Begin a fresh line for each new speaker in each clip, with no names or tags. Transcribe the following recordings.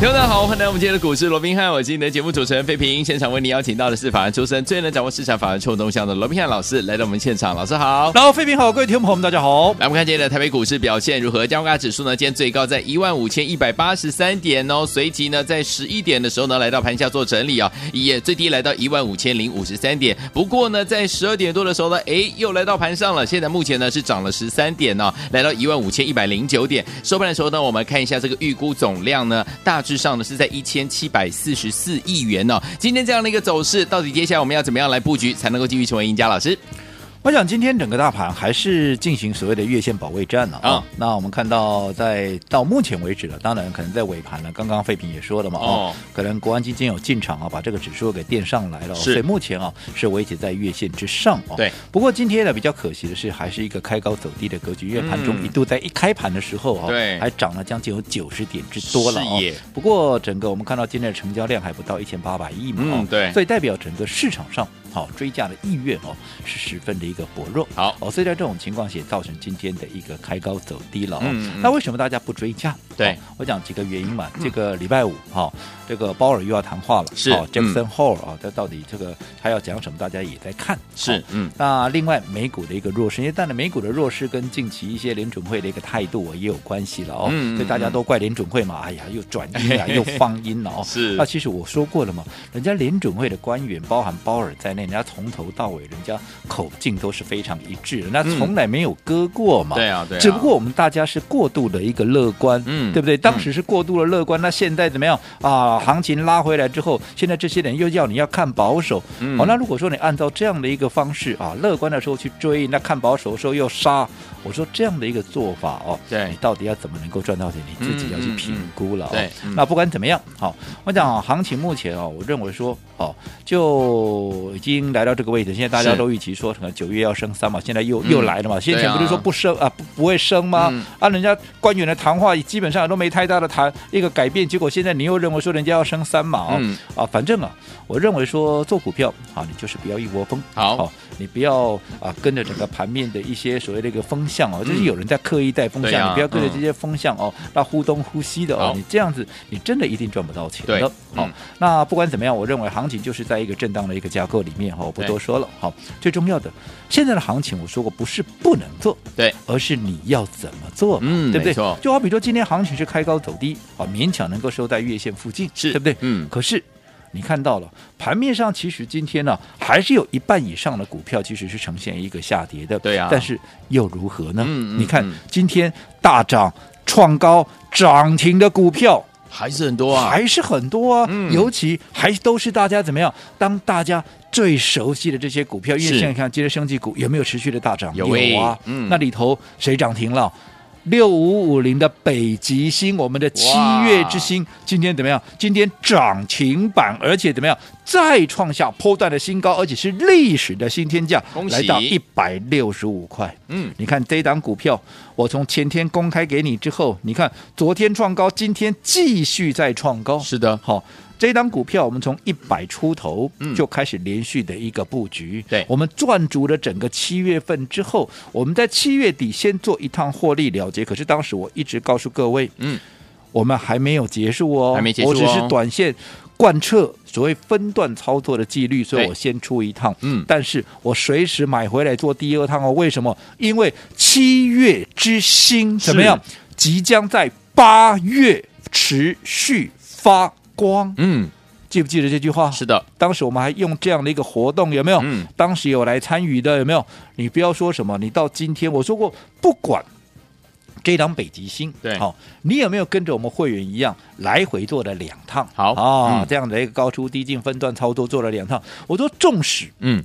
听众大家好，欢迎来到我们今天的股市罗宾汉，我是你的节目主持人费平。现场为你邀请到的是法案出身、最能掌握市场法案臭动向的罗宾汉老师，来到我们现场，老师好。
然后，费平好，各位听众朋友们，大家好。
来，我们看今天的台北股市表现如何？加权指数呢，今天最高在15,183点哦，随即呢，在11点的时候呢，来到盘下做整理啊、也最低来到15,053点。不过呢，在12点多的时候呢，哎，又来到盘上了。现在目前呢是涨了13点哦，来到15,109点。收盘的时候呢，我们看一下这个预估总量呢，大致上呢是在1,744亿元哦。今天这样的一个走势，到底接下来我们要怎么样来布局才能够继续成为赢家？老师，
我想今天整个大盘还是进行所谓的月线保卫战了啊。
啊
那我们看到在到目前为止了，当然可能在尾盘呢，刚刚费平也说了嘛，
哦
哦，可能国安基金有进场啊，把这个指数给垫上来了哦，
是
所以目前啊是维持在月线之上哦。
对，
不过今天呢比较可惜的是，还是一个开高走低的格局，因为盘中
嗯
一度在一开盘的时候啊，
对
还涨了将近有九十点之多了哦
是耶。
不过整个我们看到今天的成交量还不到一千八百亿嘛，
嗯
哦
对
所以代表整个市场上好、追价的意愿哦是十分的一个薄弱。
好
哦，所以在这种情况下也造成今天的一个开高走低了、哦。
嗯嗯
那为什么大家不追价？
对嗯
哦我讲几个原因嘛。这个礼拜五哈、哦这个鲍尔又要谈话了，
是
哦
嗯
，Jackson Hole 啊、他到底这个他要讲什么，大家也在看。哦
嗯，
那另外美股的一个弱势，因为当然美股的弱势跟近期一些联准会的一个态度啊也有关系了哦，
嗯嗯
所以大家都怪联准会嘛，哎呀又转阴 了又放阴了哦。
是
那其实我说过了嘛，人家联准会的官员包含鲍尔在内，人家从头到尾人家口径都是非常一致的，人家从来没有割过嘛。
嗯对啊，对啊，
只不过我们大家是过度的一个乐观，
嗯
对不对？
嗯
当时是过度的乐观，那现在怎么样啊？行情拉回来之后，现在这些人又要你要看保守，哦
嗯
好、那如果说你按照这样的一个方式啊，乐观的时候去追，那看保守的时候又杀，我说这样的一个做法哦，
对
你到底要怎么能够赚到钱？你自己要去评估了、哦
嗯嗯嗯对嗯
那不管怎么样，好、我讲、啊、行情目前哦，我认为说哦，就已经来到这个位置，现在大家
是
都预期说可能九月要升三嘛，现在又、又
嗯
来了嘛，先前不
对啊
是说不升啊不不会升吗？
嗯
啊，人家官员的谈话基本上都没太大的谈一个改变，结果现在你又认为说人家要升三嘛、哦
嗯
啊，反正啊，我认为说做股票啊，你就是不要一窝蜂，
好
你不要啊跟着整个盘面的一些所谓的一个风向哦，就是有人在刻意带
嗯
风
对
向，
啊
你不要跟着
嗯
这些风向哦，那忽东忽西的哦
好，
你这样子你真的一定赚不到钱
对
的。好、
嗯
那不管怎么样，我认为行情就是在一个震荡的一个架构里面哈、哦，我不
对
多说了。好、最重要的现在的行情，我说过不是不能做，
对，
而是你要怎么做嘛，
嗯
对不
没错
对？就好比说今天行情是开高走低啊，勉强能够收在月线附近，
是
对不对？
嗯
可是。你看到了盘面上，其实今天呢、还是有一半以上的股票其实是呈现一个下跌的。
对啊
但是又如何呢？
嗯嗯
你看、
嗯
今天大涨、创高、涨停的股票，
还是很多啊，
还是很多啊，
嗯
尤其还都是大家怎么样？当大家最熟悉的这些股票，因
是
为现在看今天生技股有没有持续的大涨？
有欸
啊，
嗯
那里头谁涨停了？六五五零的北极星，我们的七月之星，今天怎么样？今天涨停板，而且怎么样？再创下波段的新高，而且是历史的新天价
恭，喜
来到一百六十五块。
嗯，
你看这一档股票，我从前天公开给你之后，你看昨天创高，今天继续在创高。
是的，
好、这档股票我们从一百出头
嗯
就开始连续的一个布局，
对
我们赚足了整个七月份之后，我们在七月底先做一趟获利了结。可是当时我一直告诉各位，
嗯，
我们还没有结束哦，
还没结束哦
我只是短线贯彻所谓分段操作的纪律，所以
对
我先出一趟，
嗯
但是我随时买回来做第二趟哦。为什么？因为七月之星怎么样，即将在八月持续发光。
嗯，
记不记得这句话？
是的，
当时我们还用这样的一个活动，有没有？
嗯
当时有来参与的，有没有？你不要说什么，你到今天我说过，不管这档北极星，
对
好、你有没有跟着我们会员一样来回做了两趟？
好
啊、
嗯
这样的一个高出低进分段操作做了两趟。我说，纵使
嗯，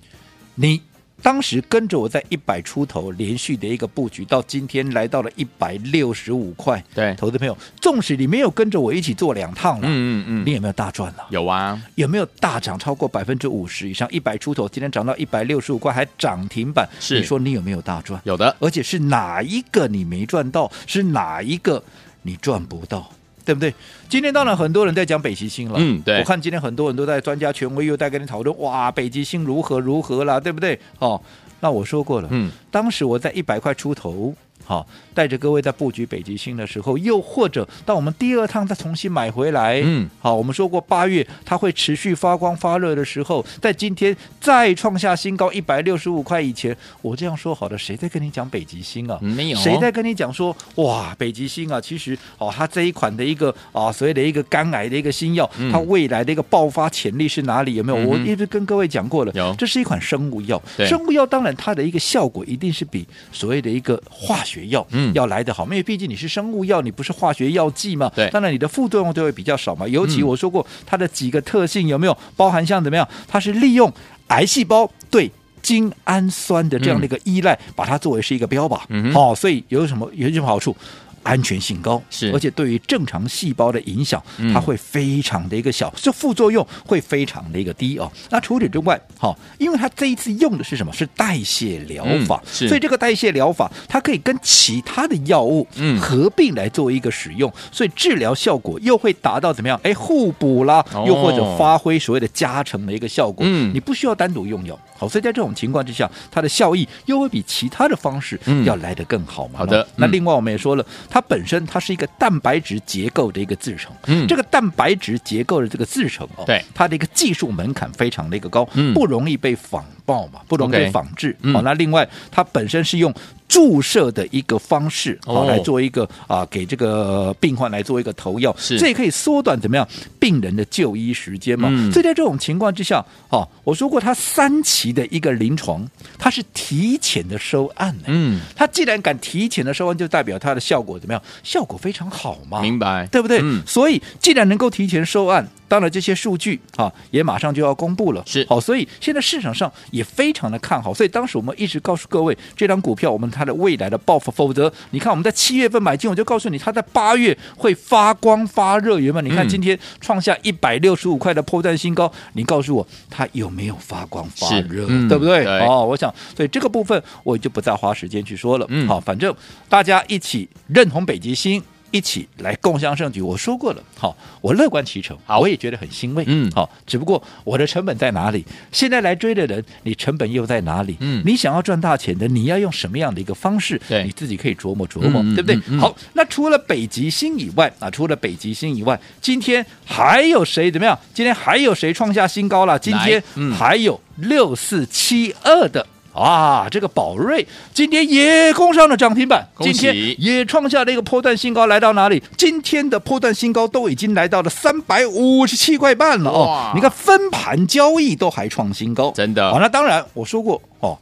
你当时跟着我在一百出头连续的一个布局，到今天来到了一百六十五块。
对
投资朋友，纵使你没有跟着我一起做两趟了，
哎嗯嗯
你
嗯，
有没有大赚了？
有啊，
有没有大涨超过百分之五十以上？一百出头，今天涨到一百六十五块，还涨停板，
是
你说你有没有大赚？
有的，
而且是哪一个你没赚到，是哪一个你赚不到，对不对？今天当然很多人在讲北极星了，
嗯对
我看今天很多人都在专家权威又在跟你讨论，哇，北极星如何如何啦，对不对？哦，那我说过了，
嗯，
当时我在一百块出头。好，带着各位在布局北极星的时候，又或者当我们第二趟再重新买回来，
嗯，
好，我们说过八月它会持续发光发热的时候，在今天再创下新高一百六十五块以前，我这样说好的，谁在跟你讲北极星啊？
没有
谁在跟你讲说哇，北极星啊，其实哦，它这一款的一个啊，所谓的一个肝癌的一个新药，
嗯
它未来的一个爆发潜力是哪里？有没有？
嗯哼
我一直跟各位讲过了，
有
这是一款生物药
对，
生物药当然它的一个效果一定是比所谓的一个化学药
嗯
要来得好，因为毕竟你是生物药，你不是化学药剂嘛，
对
当然你的副作用就会比较少嘛。尤其
嗯
我说过它的几个特性有没有，包含像怎么样，它是利用癌细胞对。精氨酸的这样的一个依赖，把它作为是一个标靶，
嗯嗯哼
哦，所以有什么有什么好处？安全性高，
是
而且对于正常细胞的影响，
嗯
它会非常的一个小，就副作用会非常的一个低哦。那除此之外，好、因为它这一次用的是什么？是代谢疗法，
嗯是
所以这个代谢疗法它可以跟其他的药物
嗯
合并来做一个使用，所以治疗效果又会达到怎么样？哎，互补啦，
哦
又或者发挥所谓的加成的一个效果。
嗯
你不需要单独用药，好，所以在这种情况之下，它的效益又会比其他的方式
嗯
要来得更好嘛。
好的
那
嗯
另外我们也说了，它本身它是一个蛋白质结构的一个制成，
嗯
这个蛋白质结构的这个制成哦，
对
它的一个技术门槛非常的一个高，
嗯
不容易被仿冒嘛，不容易
OK
被仿制。
嗯
好，那另外它本身是用注射的一个方式，好、
哦
来做一个啊，给这个病患来做一个投药，
是
这也可以缩短怎么样病人的就医时间嘛。
嗯
所以在这种情况之下，哦，我说过它三期的一个临床，它是提前的收案呢、
嗯，
它既然敢提前的收案，就代表它的效果怎么样？效果非常好嘛。
明白，
对不对？
嗯
所以既然能够提前收案，当然这些数据啊也马上就要公布了，
是
好，所以现在市场上也非常的看好，所以当时我们一直告诉各位，这张股票我们它的未来的爆发，否则你看我们在七月份买进，我就告诉你它在八月会发光发热，原本你看
嗯
今天创下一百六十五块的破绽新高，你告诉我它有没有发光发
是
热，
嗯
对不对？
对
哦，我想，所以这个部分我就不再花时间去说了。
嗯
好，反正大家一起认同北极星。一起来共襄盛举，我说过了，好，我乐观其成，好，我也觉得很欣慰，
嗯
好，只不过我的成本在哪里？现在来追的人，你成本又在哪里？
嗯
你想要赚大钱的，你要用什么样的一个方式？
对
你自己可以琢磨琢磨，
嗯嗯
对不对？
嗯嗯
好，那除了北极星以外啊，除了北极星以外，今天还有谁怎么样？今天还有谁创下新高了？今天
来嗯
还有六四七二的。啊，这个宝瑞今天也攻上了涨停板，
恭
今
喜
天也创下了一个波段新高，来到哪里？今天的波段新高都已经来到了三百五十七块半了哦
哇。
你看分盘交易都还创新高，
真的
好，那当然我说过哦，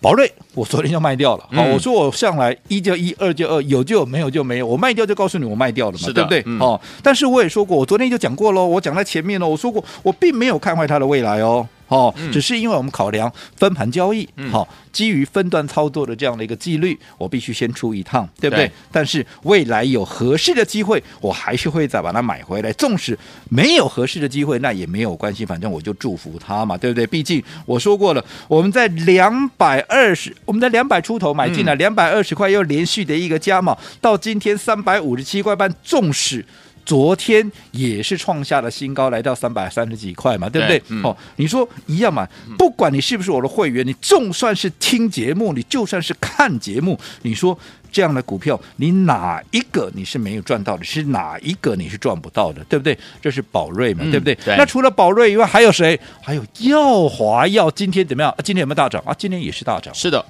宝瑞我昨天就卖掉了。好，
嗯
我说我向来一就一，二就二，有就有，没有就没有。我卖掉就告诉你我卖掉了嘛，
是
对
的
不对？
嗯
哦，但是我也说过，我昨天就讲过喽，我讲在前面喽，我说过我并没有看坏它的未来哦。哦，只是因为我们考量分盘交易，好、哦
嗯
基于分段操作的这样的一个纪律，我必须先出一趟，对不对？
对
但是未来有合适的机会，我还是会再把它买回来。纵使没有合适的机会，那也没有关系，反正我就祝福他嘛，对不对？毕竟我说过了，我们在两百二十，我们在两百出头买进来，两百二十块又连续的一个加码，到今天三百五十七块半，纵使。昨天也是创下了新高，来到三百三十几块嘛，对不对？
对嗯
哦，你说一样嘛，不管你是不是我的会员，你就算是听节目，你就算是看节目，你说这样的股票，你哪一个你是没有赚到的？是哪一个你是赚不到的？对不对？这是宝瑞嘛，
嗯
对不对？
对
那除了宝瑞以外，还有谁？还有耀华耀，今天怎么样？啊今天有没有大涨啊？今天也是大涨。
是的，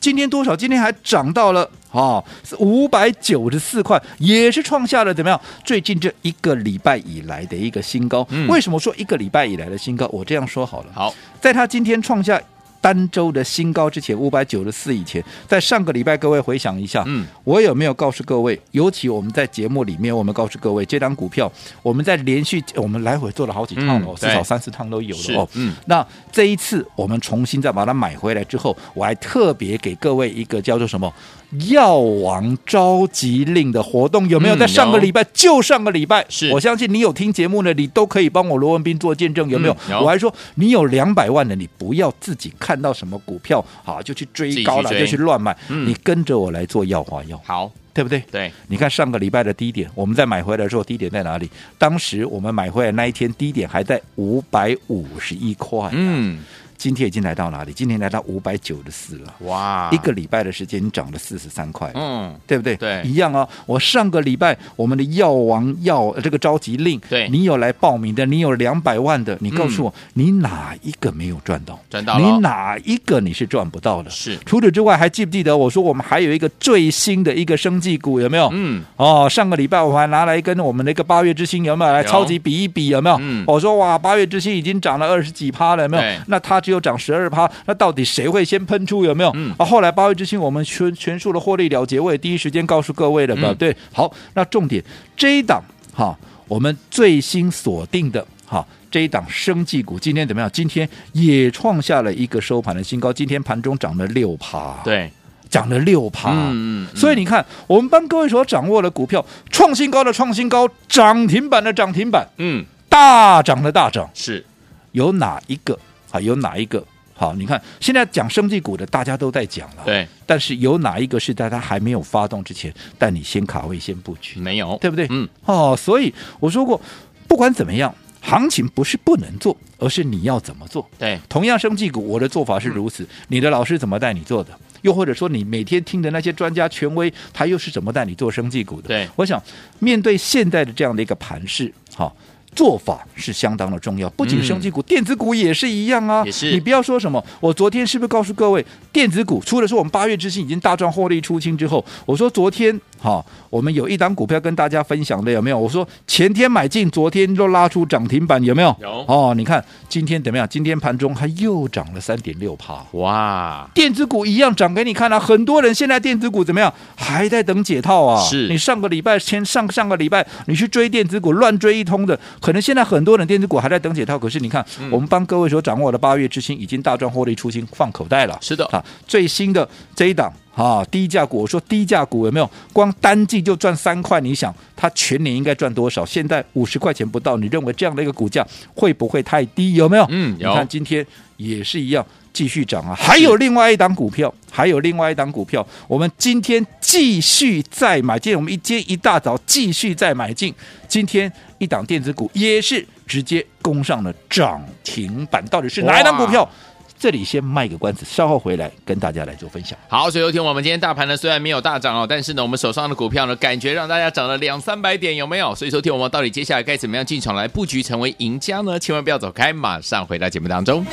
今天多少？今天还涨到了啊五百九十四块，也是创下了怎么样？最近这一个礼拜以来的一个新高。
嗯
为什么说一个礼拜以来的新高？我这样说好了，
好，
在它今天创下单周的新高之前，五百九十四以前，在上个礼拜，各位回想一下，
嗯，
我有没有告诉各位？尤其我们在节目里面，我们告诉各位，这张股票我们在连续我们来回做了好几趟了哦，
嗯
至少
对
三四趟都有
是
了哦。
嗯，
那这一次我们重新再把它买回来之后，我还特别给各位一个叫做什么“药王召集令”的活动，有没有？
嗯
在上
有
个礼拜，就上个礼拜，
是
我相信你有听节目的，你都可以帮我罗文斌做见证，有没有？
嗯有
我还说你有两百万的，你不要自己看到什么股票好就去
自己
追
去
高了，
追
就去乱买，
嗯
你跟着我来做药花药，
好，
对不对？
对，
你看上个礼拜的低点，我们在买回来的时候，低点在哪里？当时我们买回来那一天，低点还在五百五十一块，啊
嗯，
今天已经来到哪里？今天来到五百九十四了，
哇，
一个，礼拜的时间，你涨了四十三块。
嗯，
对不对？
对
一样啊。我上个礼拜我们的药王药呃这个召集令，
对
你有来报名的，你有两百万的，你告诉我、你哪一个没有赚到？
赚到了
你哪一个你是赚不到的？
是
除此之外，还记不记得我说我们还有一个最新的一个生技股有没有？
嗯，
哦，上个礼拜我还拿来跟我们那个八月之星有没有来
有
超级比一比有没有？
嗯
我说哇，八月之星已经涨了二十几趴了有没有
对？
那它只有涨十二趴，那到底谁会先喷出有没有？
嗯
啊，后来八月之星我们全全数的获利了结，我也第一时间告诉各位了嘛。
嗯
对，好，那重点这一档哈，我们最新锁定的哈。这一档生技股今天怎么样？今天也创下了一个收盘的新高，今天盘中涨了六趴，，
对，
涨了六趴。
嗯嗯，
所以你看，我们帮各位所掌握的股票，创新高的创新高，涨停板的涨停板，
嗯，
大涨的大涨，
是，
有哪一个啊？有哪一个？好，你看现在讲生技股的，大家都在讲了，。
对，
但是有哪一个是在它还没有发动之前，带你先卡位、先布局，
没有，
对不对？
嗯，
哦，所以我说过，不管怎么样，行情不是不能做，而是你要怎么做。
对，
同样生技股，我的做法是如此，你的老师怎么带你做的？又或者说，你每天听的那些专家权威，他又是怎么带你做生技股的？
对
我想面对现在的这样的一个盘势，哈、做法是相当的重要。不仅生技股，电子股也是一样啊。
也是
你不要说什么，我昨天是不是告诉各位，电子股除了说我们八月之星已经大赚获利出清之后，我说昨天哈、我们有一档股票跟大家分享的有没有？我说前天买进，昨天都拉出涨停板，有没有？
有
哦，你看今天怎么样？今天盘中它又涨了三点六趴。
哇，
电子股一样涨给你看啊！很多人现在电子股怎么样，还在等解套啊？
是
你上个礼拜前上上个礼拜你去追电子股乱追一通的，可能现在很多人电子股还在等解套。可是你看，我们帮各位所掌握的八月之星已经大赚获利出清，放口袋了。
是的，
啊，最新的这一档啊，低价股，我说低价股有没有？光单季就赚三块，你想它全年应该赚多少？现在五十块钱不到，你认为这样的一个股价会不会太低？有没有？
嗯有
你看今天也是一样。继续涨啊！还有另外一档股票，还有另外一档股票，我们今天继续再买进。我们一接一大早继续再买进，今天一档电子股也是直接攻上了涨停板。到底是哪一档股票？这里先卖个关子，稍后回来跟大家来做分享。
好，所以有听我们今天大盘呢虽然没有大涨哦，但是呢我们手上的股票呢感觉让大家涨了两三百点，有没有？所以说听我们到底接下来该怎么样进场来布局成为赢家呢？千万不要走开，马上回到节目当中。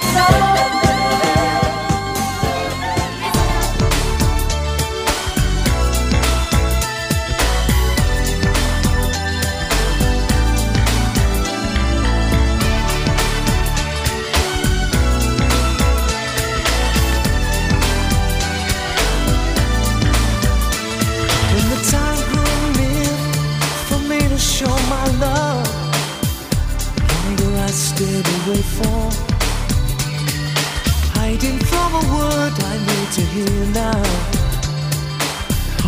When the time grew near for me to show my love, longer I stayed away for. Hiding from a word I need to hear now.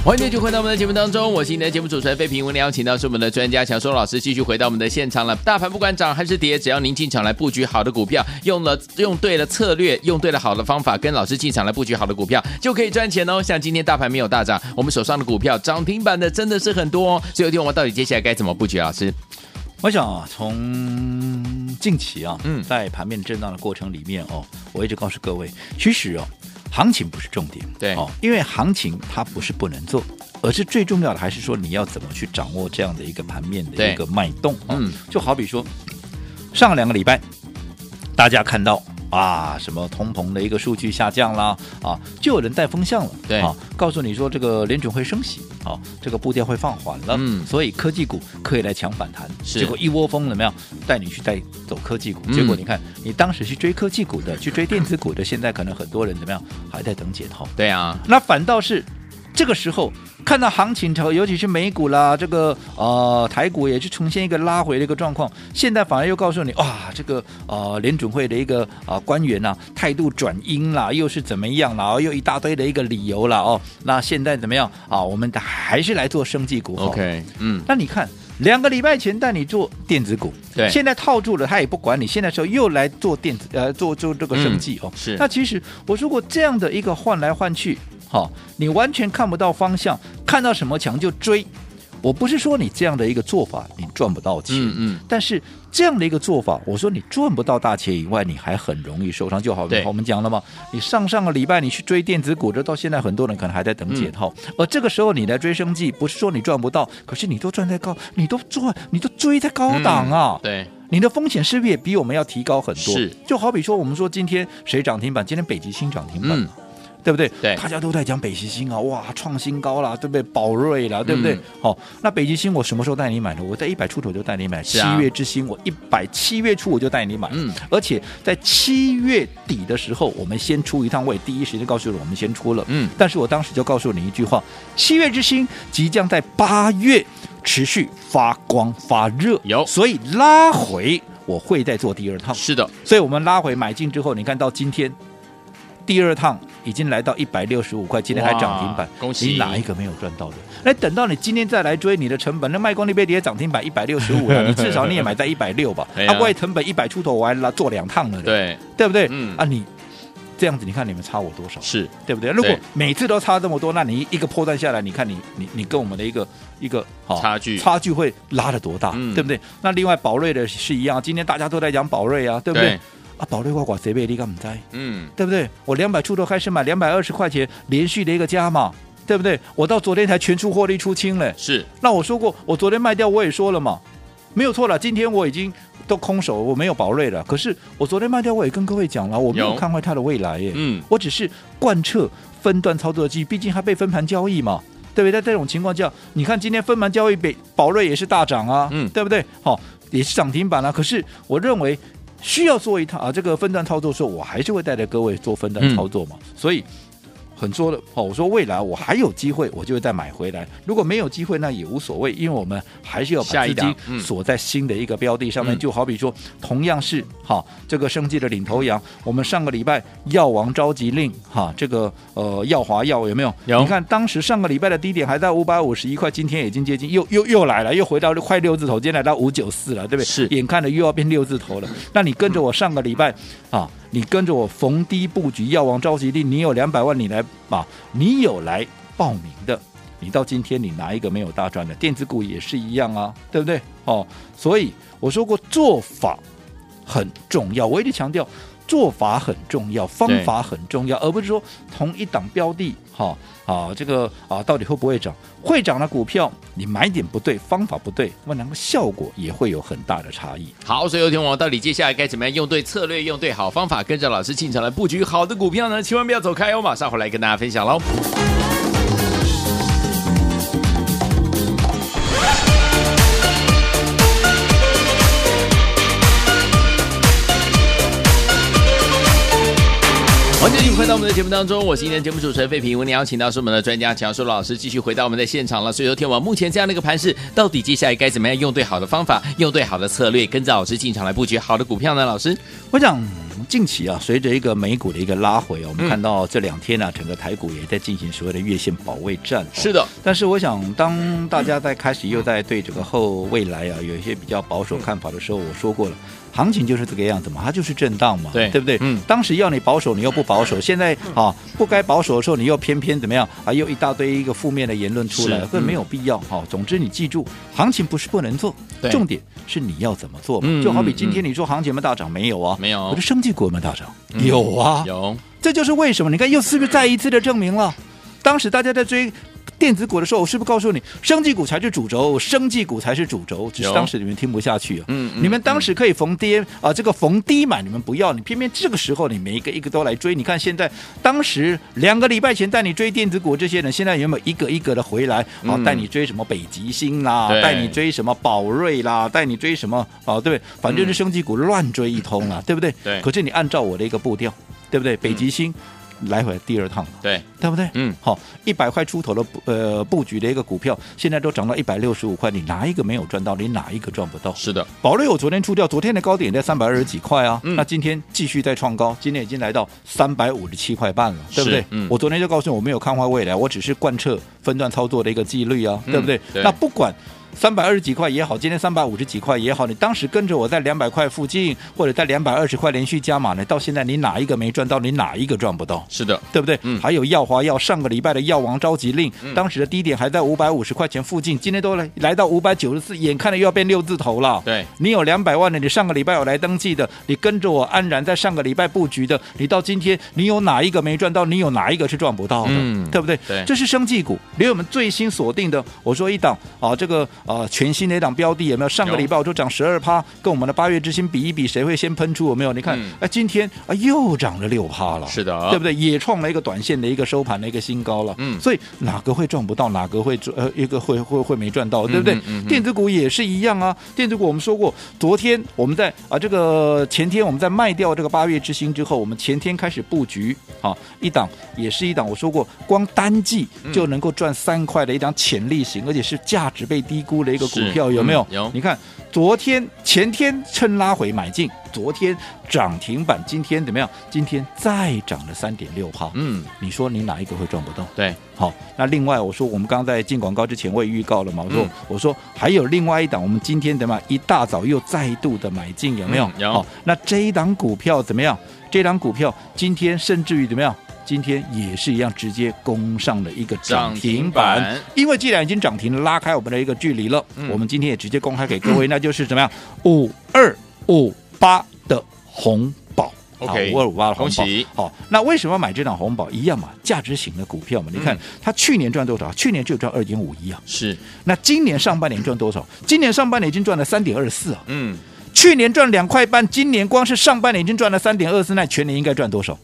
欢迎继续回到我们的节目当中，我是你的节目主持人费平。我们邀请到是我们的专家强硕老师，继续回到我们的现场了。大盘不管涨还是跌，只要您进场来布局好的股票，用了用对了策略，用对了好的方法，跟老师进场来布局好的股票，就可以赚钱哦。像今天大盘没有大涨，我们手上的股票涨停板的真的是很多哦。所以，有天我们到底接下来该怎么布局？老师，
我想啊，从近期啊，
嗯
在盘面震荡的过程里面哦，我一直告诉各位，其实哦，行情不是重点，
对
哦，因为行情它不是不能做，而是最重要的还是说你要怎么去掌握这样的一个盘面的
对
一个脉动、哦。
嗯，
就好比说上两个礼拜，大家看到啊，什么通膨的一个数据下降啦，啊，就有人带风向了，
对
啊，告诉你说这个联准会升息，啊，这个步调会放缓了，
嗯
所以科技股可以来抢反弹，
是
结果一窝蜂怎么样，带你去带走科技股，
嗯
结果你看你当时去追科技股的，去追电子股的，现在可能很多人怎么样，还在等解套，
对啊，
那反倒是这个时候看到行情头，尤其是美股啦，这个呃台股也是呈现一个拉回的一个状况。现在反而又告诉你，哇，这个呃联准会的一个啊、呃官员呐、态度转阴啦，又是怎么样啦，哦又一大堆的一个理由啦哦。那现在怎么样啊？我们还是来做生技股好
OK，嗯，
那你看，两个礼拜前带你做电子股，
对
现在套住了，他也不管你，现在时候又来做电子，呃，做做这个生计哦、
嗯是
那其实我如果这样的一个换来换去，好、你完全看不到方向，看到什么强就追。我不是说你这样的一个做法你赚不到钱，
嗯嗯，
但是这样的一个做法，我说你赚不到大钱以外，你还很容易受伤。就好
对
比我们讲了嘛，你上上个礼拜你去追电子股，这到现在很多人可能还在等解套，
嗯
而这个时候你来追生计，不是说你赚不到，可是你都赚在高，你都赚，你都追在高档啊。
嗯对，
你的风险是不是也比我们要提高很多？
是，
就好比说我们说今天谁涨停板，今天北极星涨停板
嗯
嘛，对不对？
对
大家都在讲北极星啊，哇，创新高啦，对不对？宝瑞啦，对不对？
嗯
好、那北极星我什么时候带你买的？我在一百出头就带你买，
是
七
啊
月之星我一百七月初我就带你买，
嗯，
而且在七月底的时候，我们先出一趟，我也第一时间告诉你我们先出了，
嗯
但是我当时就告诉你一句话：七月之星即将在八月持续发光发热，
有
所以拉回我会再做第二趟，
是的，
所以我们拉回买进之后，你看到今天第二趟已经来到一百六十五块，今天还涨停板
哇，恭喜
你哪一个没有赚到的？那等到你今天再来追你的成本，那卖光那边也涨停板一百六 十五了，你至少你也买在一百六吧？
哎呀
啊，外成本一百出头，我还拉做两趟了，，
对，
对不对？
嗯
啊，你这样子，你看你们差我多少？
是
对不对？如果每次都差这么多，那你一个破段下来，你看你你你跟我们的一个一个好
差距
哦差距会拉得多大，
嗯
对不对？那另外宝瑞的是一样，今天大家都在讲宝瑞啊，对不对？
对
啊，宝瑞我管谁被你干不在，
嗯，
对不对？我两百出头开始买，两百二十块钱连续的一个加码，对不对？我到昨天才全出获利出清嘞。
是
那我说过，我昨天卖掉我也说了嘛，没有错了。今天我已经都空手，我没有宝瑞了。可是我昨天卖掉我也跟各位讲了，我没有
有
看坏它的未来耶。
嗯
我只是贯彻分段操作的纪律，毕竟它被分盘交易嘛。对不对？在这种情况下，你看今天分盘交易，北宝瑞也是大涨啊，
嗯
对不对？好、也是涨停板啊了、可是我认为需要做一套啊，这个分段操作的时候，我还是会带着各位做分段
嗯
操作嘛。所以很说了，哦，我说未来我还有机会，我就会再买回来。如果没有机会，那也无所谓，因为我们还是要
下
把
一
资
档
金
嗯
锁在新的一个标的上面。
嗯
就好比说，同样是哈这个生计的领头羊，我们上个礼拜药王召集令哈，这个呃药华药有没有？
有
你看当时上个礼拜的低点还在五百五十一块，今天已经接近又又又来了，又回到快六字头，今天来到五九四了，对不对？
是
眼看着又要变六字头了。那你跟着我上个礼拜啊，你跟着我逢低布局药王召集令，你有两百万，你来啊，你有来报名的，你到今天你哪一个没有大赚的？电子股也是一样啊，对不对？哦，所以我说过做法很重要，我一直强调做法很重要，方法很重要，而不是说同一档标的哈。啊，这个啊，到底会不会涨？会涨的股票，你买点不对，方法不对，那么然后效果也会有很大的差异。
好，所以有听我到底接下来该怎么样用对策略、用对好方法，跟着老师进场来布局好的股票呢？千万不要走开哦，马上回来跟大家分享喽。欢迎继续回到我们的节目当中，我是今天的节目主持人费平。为您邀请到是我们的专家强硕老师，继续回到我们的现场了。所以，昨天我目前这样的一个盘势，到底接下来该怎么样用对好的方法，用对好的策略，跟着老师进场来布局好的股票呢？老师，
我想近期啊，随着一个美股的一个拉回啊，我
嗯
们看到这两天啊，整个台股也在进行所谓的月线保卫战、哦。
是的，
但是我想，当大家在开始又在对这个后未来啊有一些比较保守看法的时候，我说过了。行情就是这个样子嘛，它就是震荡嘛，
对
对不对？
嗯
当时要你保守，你又不保守，现在啊不该保守的时候，你又偏偏怎么样啊？又一大堆一个负面的言论出来
是，
这
嗯
没有必要哈、总之你记住，行情不是不能做
对，
重点是你要怎么做嘛。
嗯
就好比今
嗯
天你说行情有没有大涨没有啊？
没有嗯
我的生技股有没有大涨？有啊，
有
这就是为什么你看又是不是再一次的证明了？当时大家在追电子股的时候，我是不是告诉你，生技股才是主轴，生技股才是主轴？只是
有
当时你们听不下去啊，
嗯嗯
你们当时可以逢跌啊、这个逢低买你们不要，你偏偏这个时候你每一个一个都来追。你看现在，当时两个礼拜前带你追电子股这些人，现在有没有一个一个的回来？啊，
嗯
带你追什么北极星啦，
对
带你追什么宝瑞啦，带你追什么哦，对不对？反正是生技股乱追一通啦，对不对？
嗯对
可是你按照我的一个步调，对不对？北极星、来回第二趟了。
对，
对不对？
嗯
好，一百块出头的布呃布局的一个股票，现在都涨到一百六十五块，你哪一个没有赚到？你哪一个赚不到？
是的，
宝瑞我昨天出掉，昨天的高点在三百二十几块啊，
嗯
那今天继续再创高，今天已经来到三百五十七块半了，对不对
是？嗯
我昨天就告诉你我没有看坏未来，我只是贯彻分段操作的一个纪律啊，对不对？
嗯对
那不管。三百二十几块也好，今天三百五十几块也好，你当时跟着我在两百块附近，或者在两百二十块连续加码呢，到现在你哪一个没赚到？你哪一个赚不到？
是的，
对不对？
嗯
还有耀华药上个礼拜的药王召集令，
嗯
当时的低点还在五百五十块钱附近，今天都来来到五百九十四，眼看着又要变六字头了。
对
你有两百万的，你上个礼拜有来登记的，你跟着我安然在上个礼拜布局的，你到今天你有哪一个没赚到？你有哪一个是赚不到的？
嗯
对不对？
对
这是生技股，连我们最新锁定的，我说一档啊，这个啊全新的一档标的有没有？上个礼拜我就涨十二趴，跟我们的八月之星比一比，谁会先喷出？有没有？你看，哎、
嗯
今天啊又涨了六趴了。
是的，
对不对？也创了一个短线的一个收盘的一个新高了。
嗯
所以哪个会赚不到，哪个会赚呃一个会会会没赚到，对不对？
嗯嗯嗯
电子股也是一样啊。电子股我们说过，昨天我们在啊这个前天我们在卖掉这个八月之星之后，我们前天开始布局啊一档也是一档，我说过光单季
嗯
就能够赚三块的一档潜力型，而且是价值被低估的一个股
是
票，有没有？
嗯有
你看昨天前天趁拉回买进，昨天涨停板，今天怎么样？今天再涨了三点六趴。
嗯，
你说你哪一个会赚不到？
对，
好，那另外我说，我们刚刚在进广告之前我也预告了嘛，我说、
嗯
我说还有另外一档，我们今天怎么样？一大早又再度的买进，有没有？
嗯有
好，那这一档股票怎么样？这一档股票今天甚至于怎么样？今天也是一样，直接攻上了一个涨停板，
涨停板
因为既然已经涨停了，拉开我们的一个距离了，
嗯
我们今天也直接公开给各位，那就是怎么样？五二五八的红宝
OK，
五二五八的红
恭
宝，
喜
好，那为什么要买这档红宝？一样嘛，价值型的股票嘛。你看、
嗯
它去年赚多少？去年只有赚二点五一啊。
是，
那今年上半年赚多少？今年上半年已经赚了三点二四啊。
嗯，
去年赚两块半，今年光是上半年已经赚了三点二四，那全年应该赚多少？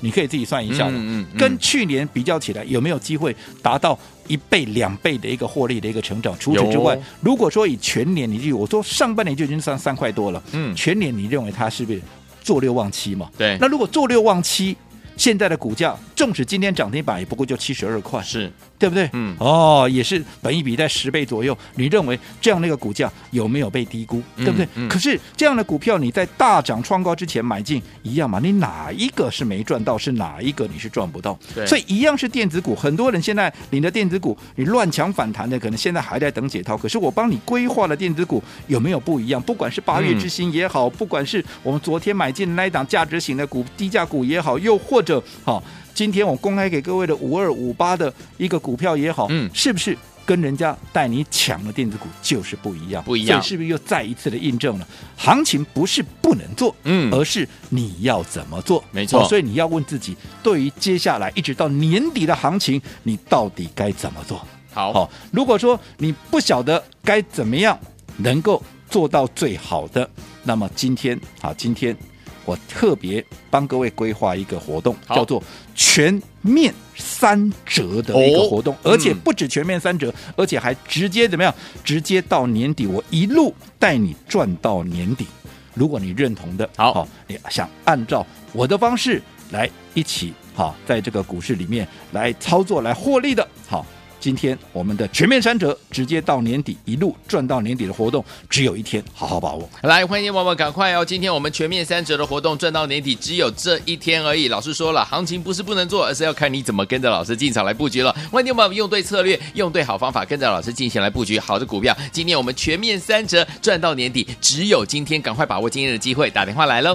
你可以自己算一下嘛。
嗯嗯嗯
跟去年比较起来，有没有机会达到一倍、两倍的一个获利的一个成长？除此之外
有，
如果说以全年，你就我说上半年就已经算三块多了，
嗯
全年你认为它是不是做六望七嘛？
对
那如果做六望七，现在的股价，纵使今天涨停板，也不过就七十二块，
是，
对不对？
嗯
哦，也是本一比在十倍左右。你认为这样的一个股价有没有被低估？
嗯
对不对？
嗯
可是这样的股票你在大涨创高之前买进一样嘛？啊你哪一个是没赚到？是哪一个你是赚不到
对？
所以一样是电子股，很多人现在领的电子股，你乱抢反弹的，可能现在还在等解套。可是我帮你规划的电子股有没有不一样？不管是八
嗯
月之星也好，不管是我们昨天买进的那一档价值型的股、低价股也好，又或者好。今天我公开给各位的五二五八的一个股票也好，
嗯
是不是跟人家带你抢的电子股就是不一样？
不一样
所以是不是又再一次的印证了行情不是不能做，
嗯
而是你要怎么做？
没错
哦所以你要问自己，对于接下来一直到年底的行情，你到底该怎么做？
好，
好，如果说你不晓得该怎么样能够做到最好的，那么今天啊，今天我特别帮各位规划一个活动，
好
叫做全面三折的一个
哦
活动，而且
嗯
不止全面三折，而且还直接怎么样？直接到年底，我一路带你赚到年底。如果你认同的，
好
你想按照我的方式来一起好，在这个股市里面来操作、来获利的，好。今天我们的全面三折，直接到年底一路赚到年底的活动，只有一天，好好把握。
来，欢迎听众朋友们赶快哦！今天我们全面三折的活动赚到年底只有这一天而已。老师说了，行情不是不能做，而是要看你怎么跟着老师进场来布局了。欢迎听众朋友们用对策略，用对好方法，跟着老师进行来布局好的股票。今天我们全面三折赚到年底，只有今天，赶快把握今天的机会，打电话来喽！